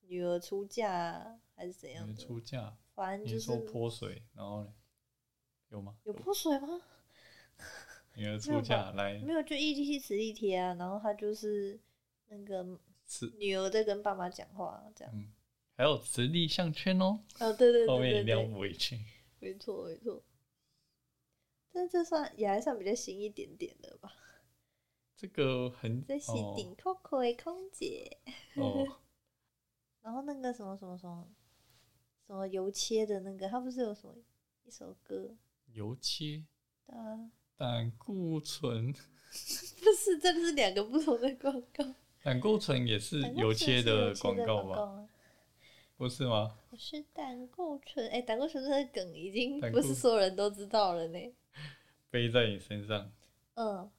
[SPEAKER 3] 女儿出嫁啊，还是怎样
[SPEAKER 2] 你
[SPEAKER 3] 的，
[SPEAKER 2] 出嫁，
[SPEAKER 3] 反正
[SPEAKER 2] 你
[SPEAKER 3] 就
[SPEAKER 2] 说
[SPEAKER 3] 是
[SPEAKER 2] 泼水，然后呢？有吗？
[SPEAKER 3] 有泼水吗？
[SPEAKER 2] 你的
[SPEAKER 3] 没
[SPEAKER 2] 出
[SPEAKER 3] 有
[SPEAKER 2] 嫁
[SPEAKER 3] 吧
[SPEAKER 2] 来
[SPEAKER 3] 没有，就异地磁力贴啊。然后他就是那个
[SPEAKER 2] 磁，
[SPEAKER 3] 女儿在跟爸妈讲话，这样。
[SPEAKER 2] 嗯，还有磁力项圈哦，
[SPEAKER 3] 哦，对对
[SPEAKER 2] 后
[SPEAKER 3] 对
[SPEAKER 2] 面一
[SPEAKER 3] 对
[SPEAKER 2] 定要
[SPEAKER 3] 对，
[SPEAKER 2] 围裙。
[SPEAKER 3] 没错没错。但这算也还算比较新一点点的吧。
[SPEAKER 2] 这个很
[SPEAKER 3] 这是
[SPEAKER 2] 哦
[SPEAKER 3] 顶 Coco 的空姐，
[SPEAKER 2] 哦，
[SPEAKER 3] 然后那个什么什么什么什么油切的那个，他不是有什么一首歌？
[SPEAKER 2] 油切
[SPEAKER 3] 对啊，
[SPEAKER 2] 胆固醇，
[SPEAKER 3] [LAUGHS] 不是，这是两个不同的广告。
[SPEAKER 2] 胆固醇也是
[SPEAKER 3] 胆固
[SPEAKER 2] 油
[SPEAKER 3] 醇
[SPEAKER 2] 切
[SPEAKER 3] 是
[SPEAKER 2] 的
[SPEAKER 3] 油切
[SPEAKER 2] 广
[SPEAKER 3] 的
[SPEAKER 2] 告
[SPEAKER 3] 广
[SPEAKER 2] 吧？
[SPEAKER 3] 啊？
[SPEAKER 2] 不是吗？
[SPEAKER 3] 我是胆固醇，哎、胆固醇这个梗已经
[SPEAKER 2] 胆
[SPEAKER 3] 不
[SPEAKER 2] 固
[SPEAKER 3] 是所有人都知道了呢。
[SPEAKER 2] 背在你身上
[SPEAKER 3] 嗯，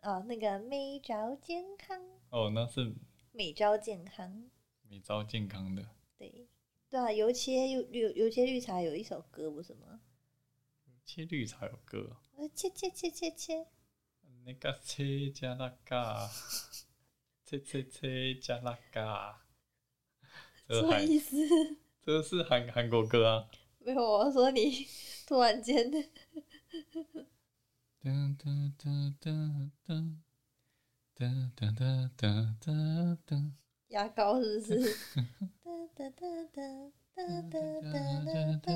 [SPEAKER 3] 啊，那个美招健康，
[SPEAKER 2] 哦，那是
[SPEAKER 3] 美招健康，
[SPEAKER 2] 每朝健康的
[SPEAKER 3] 对，对啊，油切油油油切绿茶有一首歌不是吗？
[SPEAKER 2] 切绿茶有歌，
[SPEAKER 3] 呃，切切切切切，
[SPEAKER 2] 那个切加拉嘎，切切切加拉嘎，这
[SPEAKER 3] 什
[SPEAKER 2] 是
[SPEAKER 3] 么
[SPEAKER 2] 韩
[SPEAKER 3] 意思？ [LAUGHS]
[SPEAKER 2] 这是韩韩国歌啊。
[SPEAKER 3] 没有，我说你突然间，
[SPEAKER 2] 噔噔噔噔噔噔噔噔噔噔噔。
[SPEAKER 3] 牙膏是不
[SPEAKER 2] [LAUGHS]
[SPEAKER 3] 是？哒哒哒哒哒
[SPEAKER 2] 哒哒
[SPEAKER 3] 哒哒
[SPEAKER 2] 哒哒
[SPEAKER 3] 哒哒。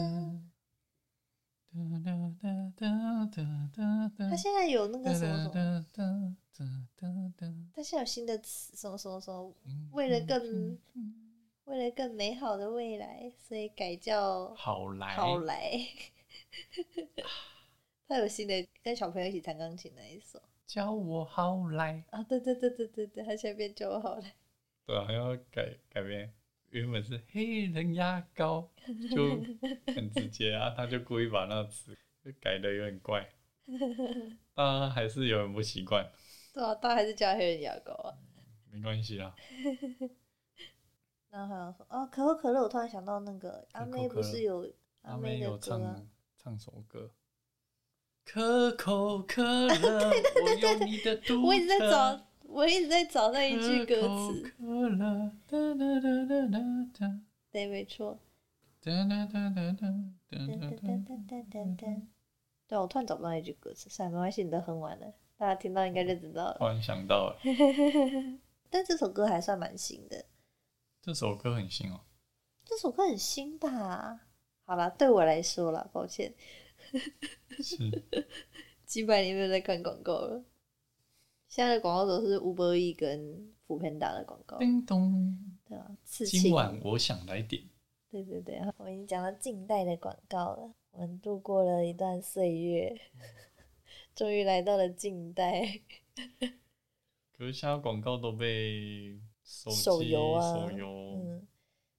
[SPEAKER 2] 哒哒哒哒哒。
[SPEAKER 3] 他现在有那个什么什么，
[SPEAKER 2] 哒哒哒哒哒。
[SPEAKER 3] 他现在有新的词，什么什么什么，为
[SPEAKER 2] 嗯
[SPEAKER 3] 了更为了更美好的未来，所以改叫
[SPEAKER 2] 好来
[SPEAKER 3] 好来。 [LAUGHS] 他有新的跟小朋友一起弹钢琴那一首
[SPEAKER 2] 教我好来。
[SPEAKER 3] 啊，对对对对对对，他现在变叫我好来， [LAUGHS]
[SPEAKER 2] 对啊，要改改变，原本是黑人牙膏，就很直接啊，他就故意把那个词就改的有点怪，当然还是有人不习惯，
[SPEAKER 3] 对啊，他还是叫黑人牙膏啊。
[SPEAKER 2] 没关系啦。
[SPEAKER 3] 然后还有说哦，可口可乐，我突然想到那个阿
[SPEAKER 2] 可口
[SPEAKER 3] 妹不
[SPEAKER 2] 可乐
[SPEAKER 3] 是有
[SPEAKER 2] 阿
[SPEAKER 3] 妹
[SPEAKER 2] 妹
[SPEAKER 3] 的
[SPEAKER 2] 有
[SPEAKER 3] 歌啊，
[SPEAKER 2] 唱唱首歌，可口可乐，我有你的独特。
[SPEAKER 3] 我一直在找，我一直在找那一句歌词，
[SPEAKER 2] 可口可乐，哒哒哒哒哒哒，
[SPEAKER 3] 对，没错。
[SPEAKER 2] 哒哒哒哒哒
[SPEAKER 3] 噔
[SPEAKER 2] 哒哒
[SPEAKER 3] 噔
[SPEAKER 2] 哒
[SPEAKER 3] 噔。噔噔
[SPEAKER 2] 嗯
[SPEAKER 3] 噔噔。对，啊我突然找不到那句歌词，算了，没关系，你都哼完了，大家听到应该就知道了。
[SPEAKER 2] 突然想到了，
[SPEAKER 3] 但这首歌还算蛮新的，
[SPEAKER 2] 这首歌很新哦。
[SPEAKER 3] 这首歌很新吧？好啦，对我来说啦，抱歉， [LAUGHS]
[SPEAKER 2] 是。
[SPEAKER 3] 几百年没有在看广告了。现在的广告都是 Uber E 跟福片达的广告，
[SPEAKER 2] 叮咚，
[SPEAKER 3] 对啊，刺青。
[SPEAKER 2] 今晚我想来点。
[SPEAKER 3] 对对对，我们已经讲到近代的广告了，我们度过了一段岁月， [LAUGHS] 终于来到了近代。
[SPEAKER 2] 可是现在广告都被手机、
[SPEAKER 3] 手游啊
[SPEAKER 2] 手游
[SPEAKER 3] 嗯，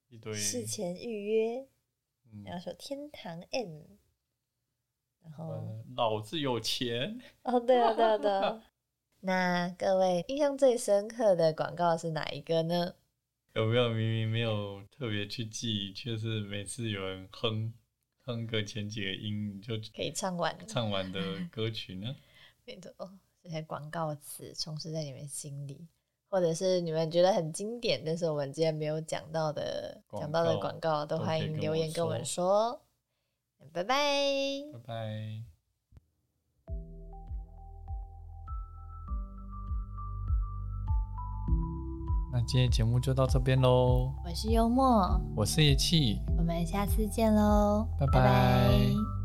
[SPEAKER 2] 一一堆
[SPEAKER 3] 事啊前预约，
[SPEAKER 2] 嗯
[SPEAKER 3] 然后说天堂 M，然后
[SPEAKER 2] 呃老子有钱，
[SPEAKER 3] 哦，对啊，对啊，对啊。 [LAUGHS] 那各位印象最深刻的广告是哪一个呢？
[SPEAKER 2] 有没有明明没有特别去记，却是每次有人哼哼个前几个音你就
[SPEAKER 3] 可以唱完，
[SPEAKER 2] 唱完的歌曲呢？
[SPEAKER 3] 没错，哦这些广告词充斥在你们心里，或者是你们觉得很经典，但是我们今天没有讲到的
[SPEAKER 2] 广
[SPEAKER 3] 讲到的
[SPEAKER 2] 告
[SPEAKER 3] 广告，都
[SPEAKER 2] 都
[SPEAKER 3] 欢
[SPEAKER 2] 可以
[SPEAKER 3] 迎
[SPEAKER 2] 跟
[SPEAKER 3] 留
[SPEAKER 2] 我
[SPEAKER 3] 言跟我们说。拜拜。
[SPEAKER 2] 拜拜。那今天节目就到这边喽，
[SPEAKER 1] 我是幽默，
[SPEAKER 2] 我是叶气，
[SPEAKER 1] 我们下次见喽，
[SPEAKER 2] 拜拜
[SPEAKER 1] 拜